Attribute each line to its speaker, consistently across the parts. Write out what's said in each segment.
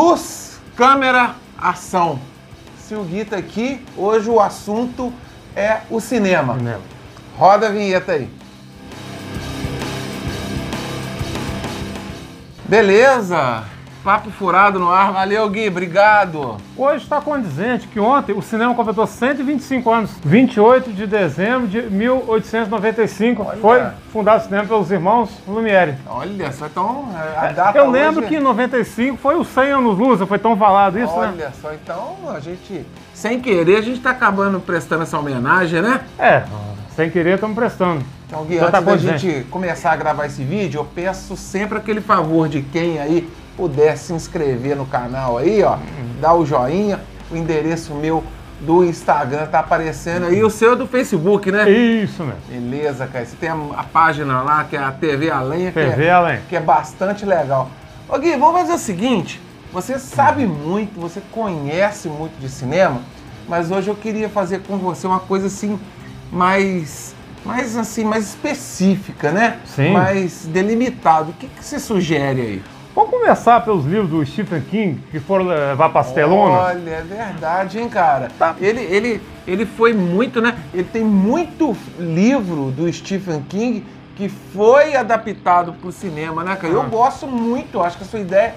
Speaker 1: Luz, câmera, ação. Silguita aqui, hoje o assunto é o cinema.
Speaker 2: Mesmo.
Speaker 1: Roda a vinheta aí. Beleza? Papo furado no ar. Valeu, Gui. Obrigado.
Speaker 2: Hoje está condizente que ontem o cinema completou 125 anos. 28 de dezembro de 1895
Speaker 1: Olha.
Speaker 2: foi fundado o cinema pelos irmãos Lumière.
Speaker 1: Olha só, então a data
Speaker 2: É, Eu lembro
Speaker 1: hoje-
Speaker 2: que em 95 foi o 100 anos luz, foi tão falado isso, né?
Speaker 1: Olha só, então a gente, sem querer, a gente tá acabando prestando essa homenagem, né?
Speaker 2: É, sem querer estamos prestando.
Speaker 1: Então, Gui,
Speaker 2: Já
Speaker 1: antes
Speaker 2: tá
Speaker 1: da
Speaker 2: condizente.
Speaker 1: gente começar a gravar esse vídeo, eu peço sempre aquele favor de quem aí puder se inscrever no canal aí, ó, dá o joinha, o endereço meu do Instagram tá aparecendo aí, o seu é do Facebook, né?
Speaker 2: Isso mesmo.
Speaker 1: Beleza, cara. Você tem a, a página lá, que é a TV Além, que,
Speaker 2: TV
Speaker 1: é,
Speaker 2: além.
Speaker 1: que é bastante legal. Ô Gui, vamos fazer o seguinte: você sabe muito, você conhece muito de cinema, mas hoje eu queria fazer com você uma coisa assim mais. Mais assim, mais específica, né?
Speaker 2: Sim.
Speaker 1: Mais delimitado. O que, que você sugere aí?
Speaker 2: Vamos começar pelos livros do Stephen King, que foram levar pastelona.
Speaker 1: Olha, é verdade, hein, cara. Ele, ele, ele foi muito, né? Ele tem muito livro do Stephen King que foi adaptado pro cinema, né, cara? Eu
Speaker 2: Ah.
Speaker 1: gosto muito, acho que a sua ideia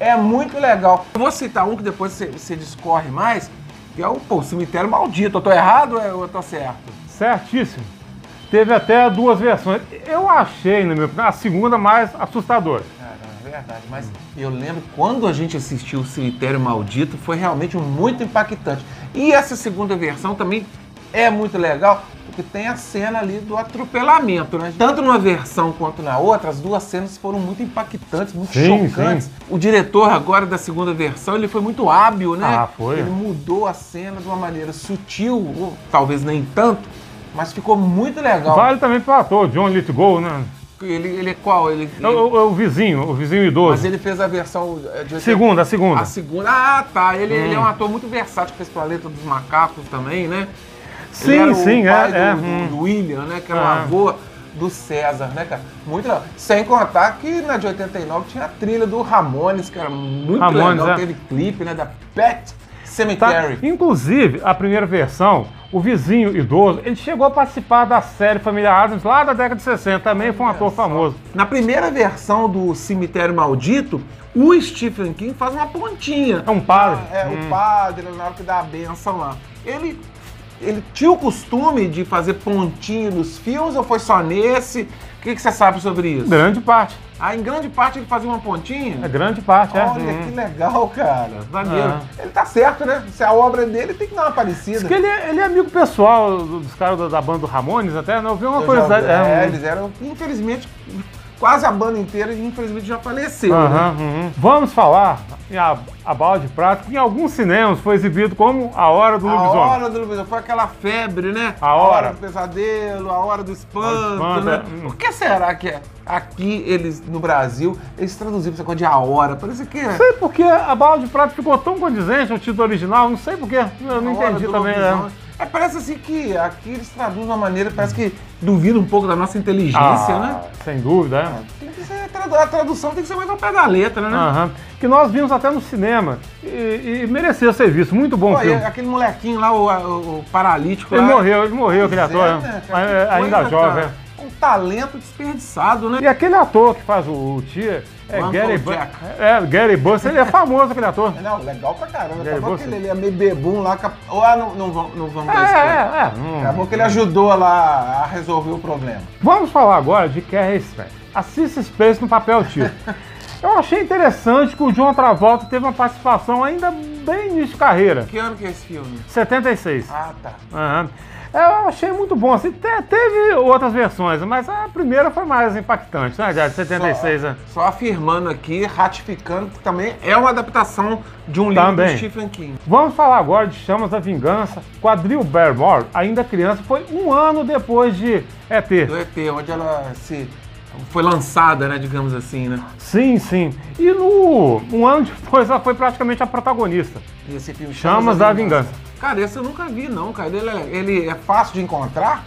Speaker 1: é muito legal. Eu vou citar um que depois você, você discorre mais, que é o pô, Cemitério Maldito. Eu tô errado ou eu- eu tô certo?
Speaker 2: Certíssimo. Teve até duas versões. Eu achei, na minha opinião, a segunda mais assustadora.
Speaker 1: Cara, é verdade, mas eu lembro quando a gente assistiu o Cemitério Maldito, foi realmente muito impactante. E essa segunda versão também é muito legal, porque tem a cena ali do atropelamento, né? Tanto numa versão quanto na outra, as duas cenas foram muito impactantes, muito
Speaker 2: Sim,
Speaker 1: chocantes. O diretor agora da segunda versão, ele foi muito hábil, né?
Speaker 2: Ah, foi.
Speaker 1: Ele mudou a cena de uma maneira sutil, ou talvez nem tanto, mas ficou muito legal.
Speaker 2: Vale também pro ator, John Lithgow, né?
Speaker 1: Ele, ele é qual? Ele, ele-
Speaker 2: É o, é o vizinho, o vizinho
Speaker 1: Mas
Speaker 2: idoso.
Speaker 1: ele fez a versão eh, de 80
Speaker 2: Segunda, a segunda. Hum.
Speaker 1: A segunda. Ah, tá. Ele, ele é um ator muito versátil, fez Planeta dos Macacos também, né? Ele era
Speaker 2: Sim,
Speaker 1: o
Speaker 2: sim,
Speaker 1: pai
Speaker 2: é. é,
Speaker 1: Do, do-
Speaker 2: hum.
Speaker 1: do William, né? Que era o
Speaker 2: Ah.
Speaker 1: avô do César, né, cara? Muito legal. Sem contar que na de 89 tinha a trilha do Ramones, que era muito
Speaker 2: Ramones,
Speaker 1: legal.
Speaker 2: é.
Speaker 1: Aquele clipe, né? Da Pet
Speaker 2: Tá?
Speaker 1: Cemetery.
Speaker 2: Inclusive, a primeira versão, o vizinho idoso, ele chegou a participar da série Família Adams lá da década de 60, também foi um ator famoso.
Speaker 1: Na primeira versão do Cemitério Maldito, o Stephen King faz uma pontinha.
Speaker 2: É um padre.
Speaker 1: É, o padre, na hora que dá a benção lá. Ele, ele tinha o costume de fazer pontinho nos fios ou foi só nesse? O que, que você sabe sobre isso?
Speaker 2: Grande parte.
Speaker 1: Ah, em grande parte ele fazia uma pontinha?
Speaker 2: É grande parte, é.
Speaker 1: Olha que legal, cara. Maneiro.
Speaker 2: Ah.
Speaker 1: Ele tá certo, né? Se é a obra dele, tem que dar uma parecida.
Speaker 2: Porque ele, é- ele é amigo pessoal do- dos caras da, da banda do Ramones, até, né? Eu vi uma
Speaker 1: Eu já-
Speaker 2: curiosidade.
Speaker 1: é,
Speaker 2: é, um-
Speaker 1: eles eram, infelizmente, quase a banda inteira, infelizmente, já faleceu. né?
Speaker 2: Aham, uhum. Vamos falar em a, a bala de prata, que em alguns cinemas foi exibido como A Hora do
Speaker 1: A
Speaker 2: Lobisomem.
Speaker 1: hora do lobisomem foi aquela febre, né?
Speaker 2: A hora.
Speaker 1: do pesadelo, a hora do espanto,
Speaker 2: A hora do
Speaker 1: né?
Speaker 2: espanto, é.
Speaker 1: Por que será que é? aqui eles, no Brasil, eles traduziram essa coisa de a hora? Parece que é.
Speaker 2: Não sei porque a bala de prata ficou tão condizente ao título original, não sei porquê. Eu não
Speaker 1: A Hora
Speaker 2: entendi
Speaker 1: do
Speaker 2: também, né?
Speaker 1: Lobisomem. É, parece assim que aqui eles traduzem de uma maneira, parece que duvida um pouco da nossa inteligência, né?
Speaker 2: Ah, Sem dúvida, né?
Speaker 1: Tem que ser, tradu- a tradução tem que ser mais ao pé da letra, né?
Speaker 2: Aham. Que nós vimos até no cinema e, e merecia ser visto. Muito bom
Speaker 1: Pô, e
Speaker 2: filme.
Speaker 1: aquele molequinho lá, o, o- o paralítico
Speaker 2: Ele
Speaker 1: lá.
Speaker 2: morreu, ele morreu, aquele
Speaker 1: Pois é,
Speaker 2: ator.
Speaker 1: né,
Speaker 2: né?
Speaker 1: cara? Que
Speaker 2: É, Ainda
Speaker 1: coisa,
Speaker 2: jovem.
Speaker 1: cara. Um talento desperdiçado, né?
Speaker 2: E aquele ator que faz o, o tia é
Speaker 1: O Uncle
Speaker 2: Gary Bu-
Speaker 1: Jack.
Speaker 2: É, Gary Buster, ele é famoso aquele ator.
Speaker 1: Não, legal pra caramba.
Speaker 2: Ele é
Speaker 1: Acabou
Speaker 2: bom,
Speaker 1: que
Speaker 2: sim.
Speaker 1: ele, ele é meio bebum lá. cap- Ah, não, não, vamos- não vamos
Speaker 2: É,
Speaker 1: dar spoiler.
Speaker 2: é, é. Hum.
Speaker 1: Acabou que ele ajudou lá a resolver o problema.
Speaker 2: Vamos falar agora de Carrie Space. A Cissy Space no papel tio. Eu achei interessante que o John Travolta teve uma participação ainda bem início de carreira.
Speaker 1: Que ano que é esse filme?
Speaker 2: 76.
Speaker 1: Ah, tá.
Speaker 2: Aham. Eu achei muito bom. Assim, te- teve outras versões, mas a primeira foi mais impactante, né, já de 76. né?
Speaker 1: Só afirmando aqui, ratificando que também é uma adaptação de um livro
Speaker 2: Também.
Speaker 1: do Stephen King.
Speaker 2: Vamos falar agora de Chamas da Vingança. Quadril Barrymore, ainda criança, foi um ano depois de ET.
Speaker 1: Do ET, onde ela se... Foi lançada, né, digamos assim, né?
Speaker 2: Sim, sim. E no um ano depois ela foi praticamente a protagonista.
Speaker 1: E esse filme
Speaker 2: Chamas da Vingança.
Speaker 1: Cara, esse eu nunca vi, não, cara. Ele é, ele é fácil de encontrar?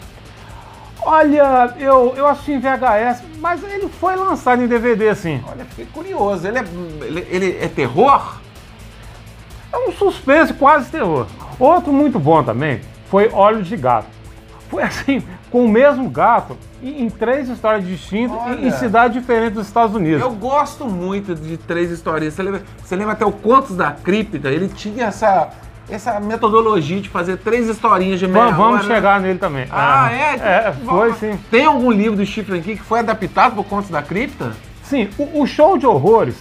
Speaker 2: Olha, eu, eu assisti em VHS, mas ele foi lançado em DVD, assim.
Speaker 1: Olha, fiquei curioso. Ele é, ele, ele é terror?
Speaker 2: É um suspense quase terror. Outro muito bom também foi Olhos de Gato. Foi assim, com o mesmo gato, em em três histórias distintas e em
Speaker 1: Olha.
Speaker 2: cidades diferentes dos Estados Unidos.
Speaker 1: Eu gosto muito de três historinhas. Você lembra, você lembra até o Contos da Cripta? Ele tinha essa, essa metodologia de fazer três historinhas de meia
Speaker 2: Vamos, vamos
Speaker 1: hora. né?
Speaker 2: chegar nele também.
Speaker 1: Ah, é?
Speaker 2: foi sim.
Speaker 1: Tem algum livro do Stephen King que foi adaptado para Contos da Cripta?
Speaker 2: Sim, o, o show de horrores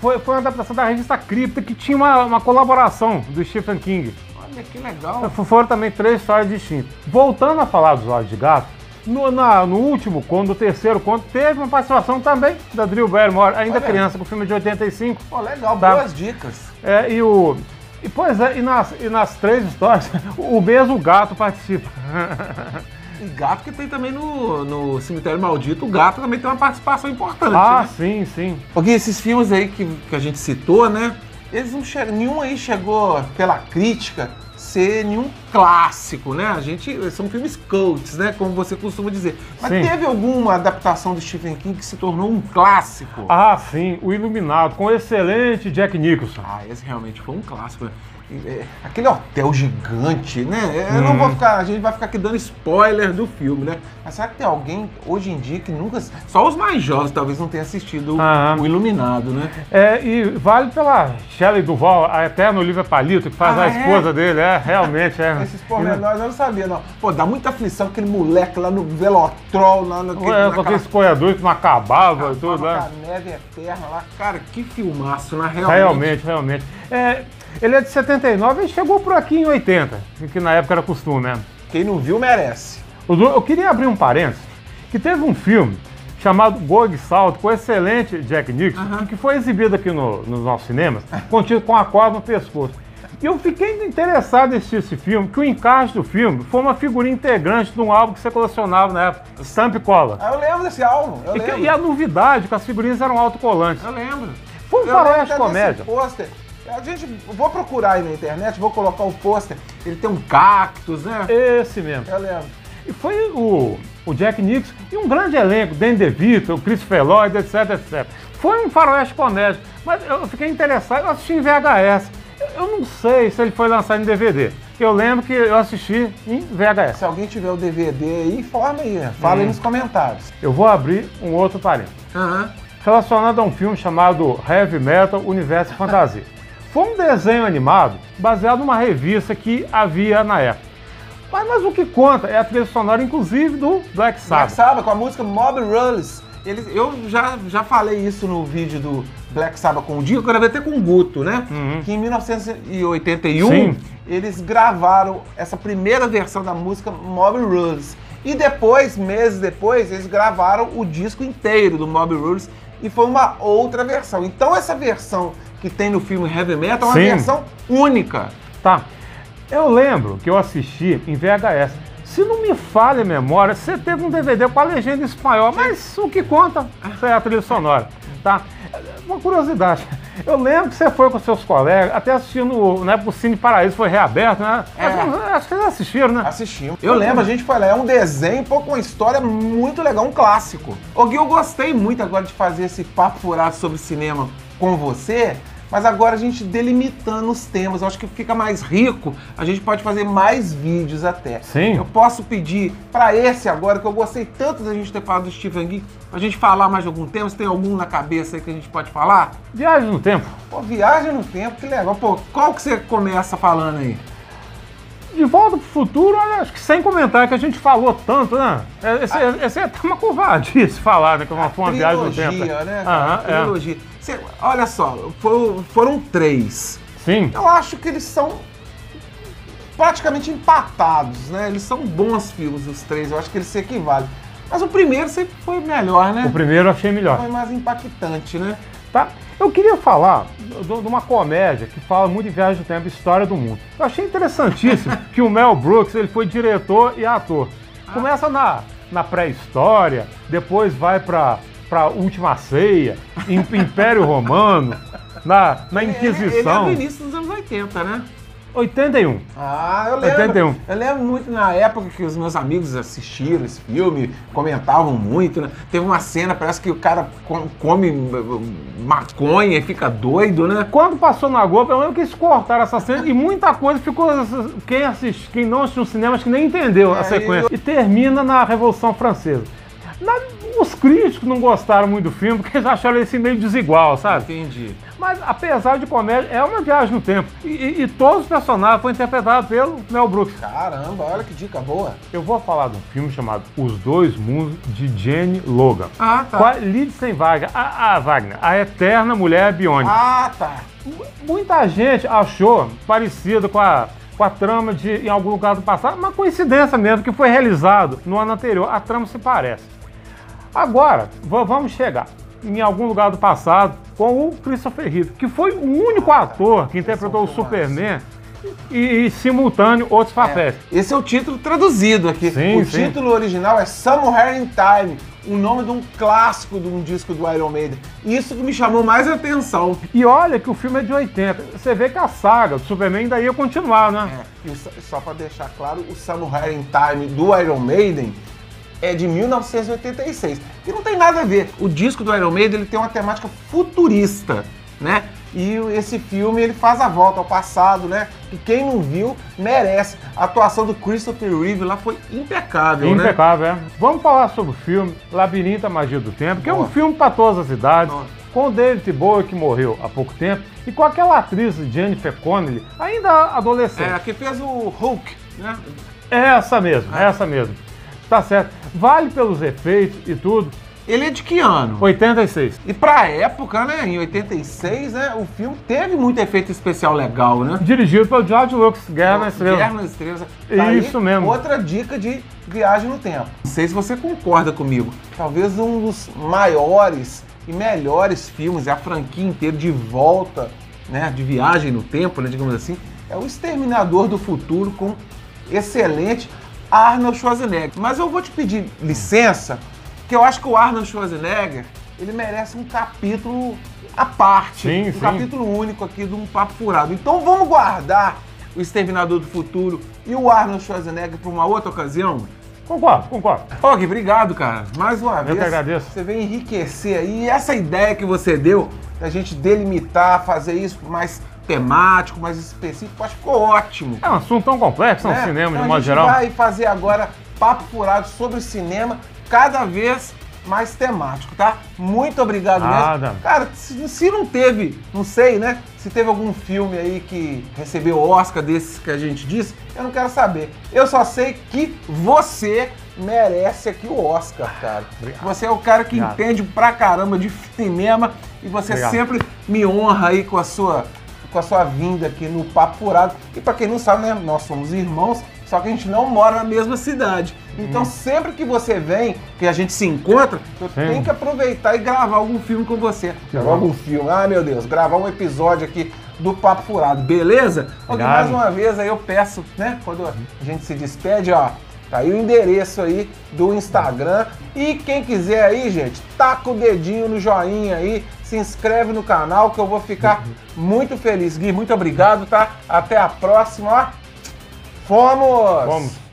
Speaker 2: foi, foi uma adaptação da revista Cripta, que tinha uma, uma colaboração do Stephen King.
Speaker 1: Olha que legal.
Speaker 2: F- Então, Foram também três histórias distintas. Voltando a falar dos olhos de gato, no, na- no último conto, no terceiro conto, teve uma participação também da Drew Barrymore, ainda
Speaker 1: Olha.
Speaker 2: criança, com o filme de 85.
Speaker 1: Pô, legal,
Speaker 2: Tá.
Speaker 1: boas dicas.
Speaker 2: É, e o. E, pois é, e nas, e nas três histórias, o mesmo gato participa.
Speaker 1: E gato que tem também no, no Cemitério Maldito, o gato também tem uma participação importante,
Speaker 2: ah,
Speaker 1: né?
Speaker 2: sim, sim.
Speaker 1: Porque esses filmes aí que, que a gente citou, né? Eles não chegam, nenhum aí chegou pela crítica ser nenhum clássico, né? A gente são filmes cults, né? Como você costuma dizer. Mas
Speaker 2: Sim.
Speaker 1: teve alguma adaptação do Stephen King que se tornou um clássico?
Speaker 2: Ah, sim, o Iluminado, com o excelente Jack Nicholson.
Speaker 1: Ah, esse realmente foi um clássico. né? E, é, Aquele hotel gigante, né? É, Eu não
Speaker 2: Hum.
Speaker 1: vou ficar, a gente vai ficar aqui dando spoiler do filme, né? Mas será que tem alguém hoje em dia que nunca. Só os mais jovens talvez não tenha assistido o-
Speaker 2: Aham.
Speaker 1: o Iluminado, né?
Speaker 2: É, e vale pela Shelley Duval, a eterna Olivia Palito, que faz
Speaker 1: Ah,
Speaker 2: a
Speaker 1: é?
Speaker 2: esposa dele, é, realmente, é.
Speaker 1: Esses pormenores eu não sabia, não. Pô, dá muita aflição aquele moleque lá no Velotrol, lá no.
Speaker 2: Ué, com aqueles coiadores que não acabava e É, tudo,
Speaker 1: com a
Speaker 2: né?
Speaker 1: neve eterna lá. Cara, que filmaço, né?
Speaker 2: Realmente, realmente. É, ele é de 79 e chegou por aqui em 80, que na época era costume, né?
Speaker 1: Quem não viu merece.
Speaker 2: Os do- Eu queria abrir um parênteses, que teve um filme chamado Gog Salto, com o excelente Jack Nicholson, que- que foi exibido aqui no- nos nossos cinemas, contido com a corda no pescoço. E eu fiquei interessado em assistir esse filme, que o encaixe do filme foi uma figurinha integrante de um álbum que você colecionava na época, Stamp e Cola.
Speaker 1: Ah, eu lembro desse álbum. Eu
Speaker 2: E, que-
Speaker 1: lembro.
Speaker 2: e a novidade é que as figurinhas eram autocolantes.
Speaker 1: Eu lembro.
Speaker 2: Foi um
Speaker 1: Eu lembro
Speaker 2: faroeste
Speaker 1: até desse
Speaker 2: comédia.
Speaker 1: pôster. A gente vou procurar aí na internet, vou colocar o pôster. Ele tem um cactus, né?
Speaker 2: Esse mesmo.
Speaker 1: Eu lembro.
Speaker 2: E foi o, o Jack Nixon e um grande elenco, Dan DeVito, o Christopher Lloyd, etc, etc. Foi um faroeste comédia, mas eu fiquei interessado, eu assisti em VHS. Eu- Eu não sei se ele foi lançado em DVD. Eu lembro que eu assisti em VHS.
Speaker 1: Se alguém tiver o DVD aí, informa aí. né? Fala aí nos comentários.
Speaker 2: Eu vou abrir um outro parênteses.
Speaker 1: Aham.
Speaker 2: relacionado a um filme chamado Heavy Metal Universo Fantasia. Foi um desenho animado baseado numa revista que havia na época. Mas, mas o que conta é a trilha sonora, inclusive, do Black
Speaker 1: Black
Speaker 2: Sabbath.
Speaker 1: Sabbath é com a música Mob Rules. Eles, eu já, já falei isso no vídeo do Black Sabbath com o Dico, eu gravei até com o Guto, né? Que em 1981
Speaker 2: Uhum. Sim.
Speaker 1: eles gravaram essa primeira versão da música Mob Rules. E depois, meses depois, eles gravaram o disco inteiro do Mob Rules e foi uma outra versão. Então essa versão que tem no filme Heavy Metal é uma
Speaker 2: Sim.
Speaker 1: versão única.
Speaker 2: Tá. Eu lembro que eu assisti em VHS. Se não me falha a memória, você teve um DVD com a legenda em espanhol, mas o que conta é a trilha sonora, tá? Uma curiosidade. Eu lembro que você foi com seus colegas, até assistindo, na época o Cine Paraíso foi reaberto, né?
Speaker 1: É.
Speaker 2: Acho que vocês assistiram, né?
Speaker 1: Assistimos. Eu lembro, a gente foi lá. É um desenho, pô, com uma história muito legal, um clássico. Ô Gui, eu gostei muito agora de fazer esse papo furado sobre cinema com você, mas agora a gente delimitando os temas. Eu acho que fica mais rico, a gente pode fazer mais vídeos até.
Speaker 2: Sim.
Speaker 1: Eu posso pedir pra esse agora, que eu gostei tanto da gente ter falado do Stephen King, pra gente falar mais de algum tema. Você tem algum na cabeça aí que a gente pode falar?
Speaker 2: Viagem no tempo.
Speaker 1: Pô, viagem no tempo, que legal. Pô, qual que você começa falando aí?
Speaker 2: De volta pro futuro, olha, acho que sem comentar que a gente falou tanto, né? É, Esse,
Speaker 1: Ah.
Speaker 2: esse é até uma covardia se falar, né? Que é uma, foi uma viagem no tempo.
Speaker 1: Trilogia, né?
Speaker 2: Aham,
Speaker 1: cara?
Speaker 2: é.
Speaker 1: Trilogia. Cê- olha só, foram, foram três.
Speaker 2: Sim.
Speaker 1: Eu acho que eles são praticamente empatados, né? Eles são bons filmes, os três. Eu acho que eles se equivalem. Mas o primeiro sempre foi melhor,
Speaker 2: O
Speaker 1: né?
Speaker 2: primeiro eu achei melhor.
Speaker 1: Foi mais impactante, né?
Speaker 2: Tá? Eu queria falar do- de uma comédia que fala muito de viagem no tempo e história do mundo. Eu achei interessantíssimo que o Mel Brooks ele foi diretor e ator.
Speaker 1: Ah.
Speaker 2: Começa na, na pré-história, depois vai pra, pra Última Ceia, im- Império Romano, na, na
Speaker 1: Ele, ele é
Speaker 2: Inquisição.
Speaker 1: do início dos anos 80, né?
Speaker 2: 81.
Speaker 1: Ah, eu lembro.
Speaker 2: 81.
Speaker 1: Eu lembro muito na época que os meus amigos assistiram esse filme, comentavam muito. Né? Teve uma cena, parece que o cara co- come eh, maconha e fica doido, né?
Speaker 2: Quando passou na Globo, eu lembro que eles cortaram essa cena e muita coisa ficou. Quem assiste, quem não assistiu o cinema, acho que nem entendeu a
Speaker 1: É,
Speaker 2: sequência. E termina na Revolução Francesa. Na- os críticos não gostaram muito do filme, porque eles acharam esse meio desigual, sabe?
Speaker 1: Entendi.
Speaker 2: Mas apesar de comédia, é uma viagem no tempo. E, e- e todos os personagens foram interpretados pelo Mel Brooks.
Speaker 1: Caramba, olha que dica boa.
Speaker 2: Eu vou falar de um filme chamado Os Dois Mundos de Jenny Logan.
Speaker 1: Ah, tá.
Speaker 2: Com a Lidsen Wagner, a, a Wagner, a eterna mulher biônica.
Speaker 1: Ah, tá.
Speaker 2: Mu- Muita gente achou parecido com a, com a trama de em algum lugar do passado, uma coincidência mesmo, que foi realizado no ano anterior. A trama se parece. Agora, va- vamos chegar em algum lugar do passado com o Christopher Reeve, que foi o único ator que interpretou o
Speaker 1: são filmaços.
Speaker 2: Superman e, e, simultâneo, outros papéis.
Speaker 1: Esse é o título traduzido aqui.
Speaker 2: Sim,
Speaker 1: o
Speaker 2: sim.
Speaker 1: título original é Somewhere in Time, o nome de um clássico de um disco do Iron Maiden. Isso que me chamou mais atenção.
Speaker 2: E olha que o filme é de 80. Você vê que a saga do Superman ainda ia continuar, né?
Speaker 1: É, e só, só pra deixar claro, o Somewhere in Time do Iron Maiden é de 1986. E não tem nada a ver. O disco do Iron Maiden ele tem uma temática futurista, né? E o- esse filme ele faz a volta ao passado, né? E quem não viu merece. A atuação do Christopher Reeve lá foi impecável, né?
Speaker 2: Impecável, é. Vamos falar sobre o filme Labirinto a Magia do Tempo, que é um
Speaker 1: Boa.
Speaker 2: filme para todas as idades,
Speaker 1: Nossa.
Speaker 2: com o David Bowie, que morreu há pouco tempo, e com aquela atriz Jennifer Connelly, ainda
Speaker 1: É,
Speaker 2: adolescente.
Speaker 1: que fez o Hulk, né?
Speaker 2: É, essa mesmo, essa mesmo. Tá certo. Vale pelos efeitos e tudo.
Speaker 1: Ele é de que ano?
Speaker 2: 86.
Speaker 1: E pra época, né, em 86, né, o filme teve muito efeito especial legal, né?
Speaker 2: Dirigido pelo George Lucas, Guerra na Estrela.
Speaker 1: Guerra nas Estrelas.
Speaker 2: Isso mesmo.
Speaker 1: Tá Outra dica de viagem no tempo. Não sei se você concorda comigo. Talvez um dos maiores e melhores filmes, é a franquia inteira de volta, né, de viagem no tempo, né, digamos assim, é o Exterminador do Futuro com excelente Arnold Schwarzenegger. Mas eu vou te pedir licença, que eu acho que o Arnold Schwarzenegger, ele merece um capítulo à parte,
Speaker 2: Sim,
Speaker 1: um
Speaker 2: sim.
Speaker 1: capítulo capítulo único aqui de um Papo Furado. Então vamos guardar o Exterminador do Futuro e o Arnold Schwarzenegger para uma outra ocasião?
Speaker 2: Concordo, concordo.
Speaker 1: Og, obrigado, cara. Mais uma vez.
Speaker 2: que agradeço.
Speaker 1: Você veio enriquecer aí E essa ideia que você deu da gente delimitar, fazer isso mais temático, mais específico. Acho que ficou ótimo.
Speaker 2: É um assunto tão complexo, é um
Speaker 1: né?
Speaker 2: cinema
Speaker 1: Então
Speaker 2: de
Speaker 1: a
Speaker 2: modo
Speaker 1: gente
Speaker 2: geral.
Speaker 1: vai fazer agora Papo Furado sobre cinema, cada vez mais temático, tá? Muito obrigado
Speaker 2: Nada.
Speaker 1: mesmo. Cara, se, se não teve, não sei, né? Se teve algum filme aí que recebeu Oscar desses que a gente disse, eu não quero saber. Eu só sei que você merece aqui o Oscar, cara.
Speaker 2: Obrigado.
Speaker 1: Você é o cara que
Speaker 2: Obrigado.
Speaker 1: entende pra caramba de cinema e você
Speaker 2: Obrigado.
Speaker 1: sempre me honra aí com a sua com a sua vinda aqui no Papo Furado. E pra quem não sabe, né, nós somos irmãos, só que a gente não mora na mesma cidade. Então sempre que você vem, que a gente se encontra, eu
Speaker 2: Sim.
Speaker 1: tenho que aproveitar e gravar algum filme com você. Gravar
Speaker 2: bom.
Speaker 1: algum filme, ah meu Deus, gravar um episódio aqui do Papo Furado, beleza? Ok,
Speaker 2: Obrigado.
Speaker 1: mais uma vez aí eu peço, né, quando a gente se despede, ó, tá aí o endereço aí do Instagram. E quem quiser aí, gente, taca o dedinho no joinha aí, se inscreve no canal que eu vou ficar muito feliz. Gui, muito obrigado, tá? Até a próxima, ó. Fomos!
Speaker 2: Vamos.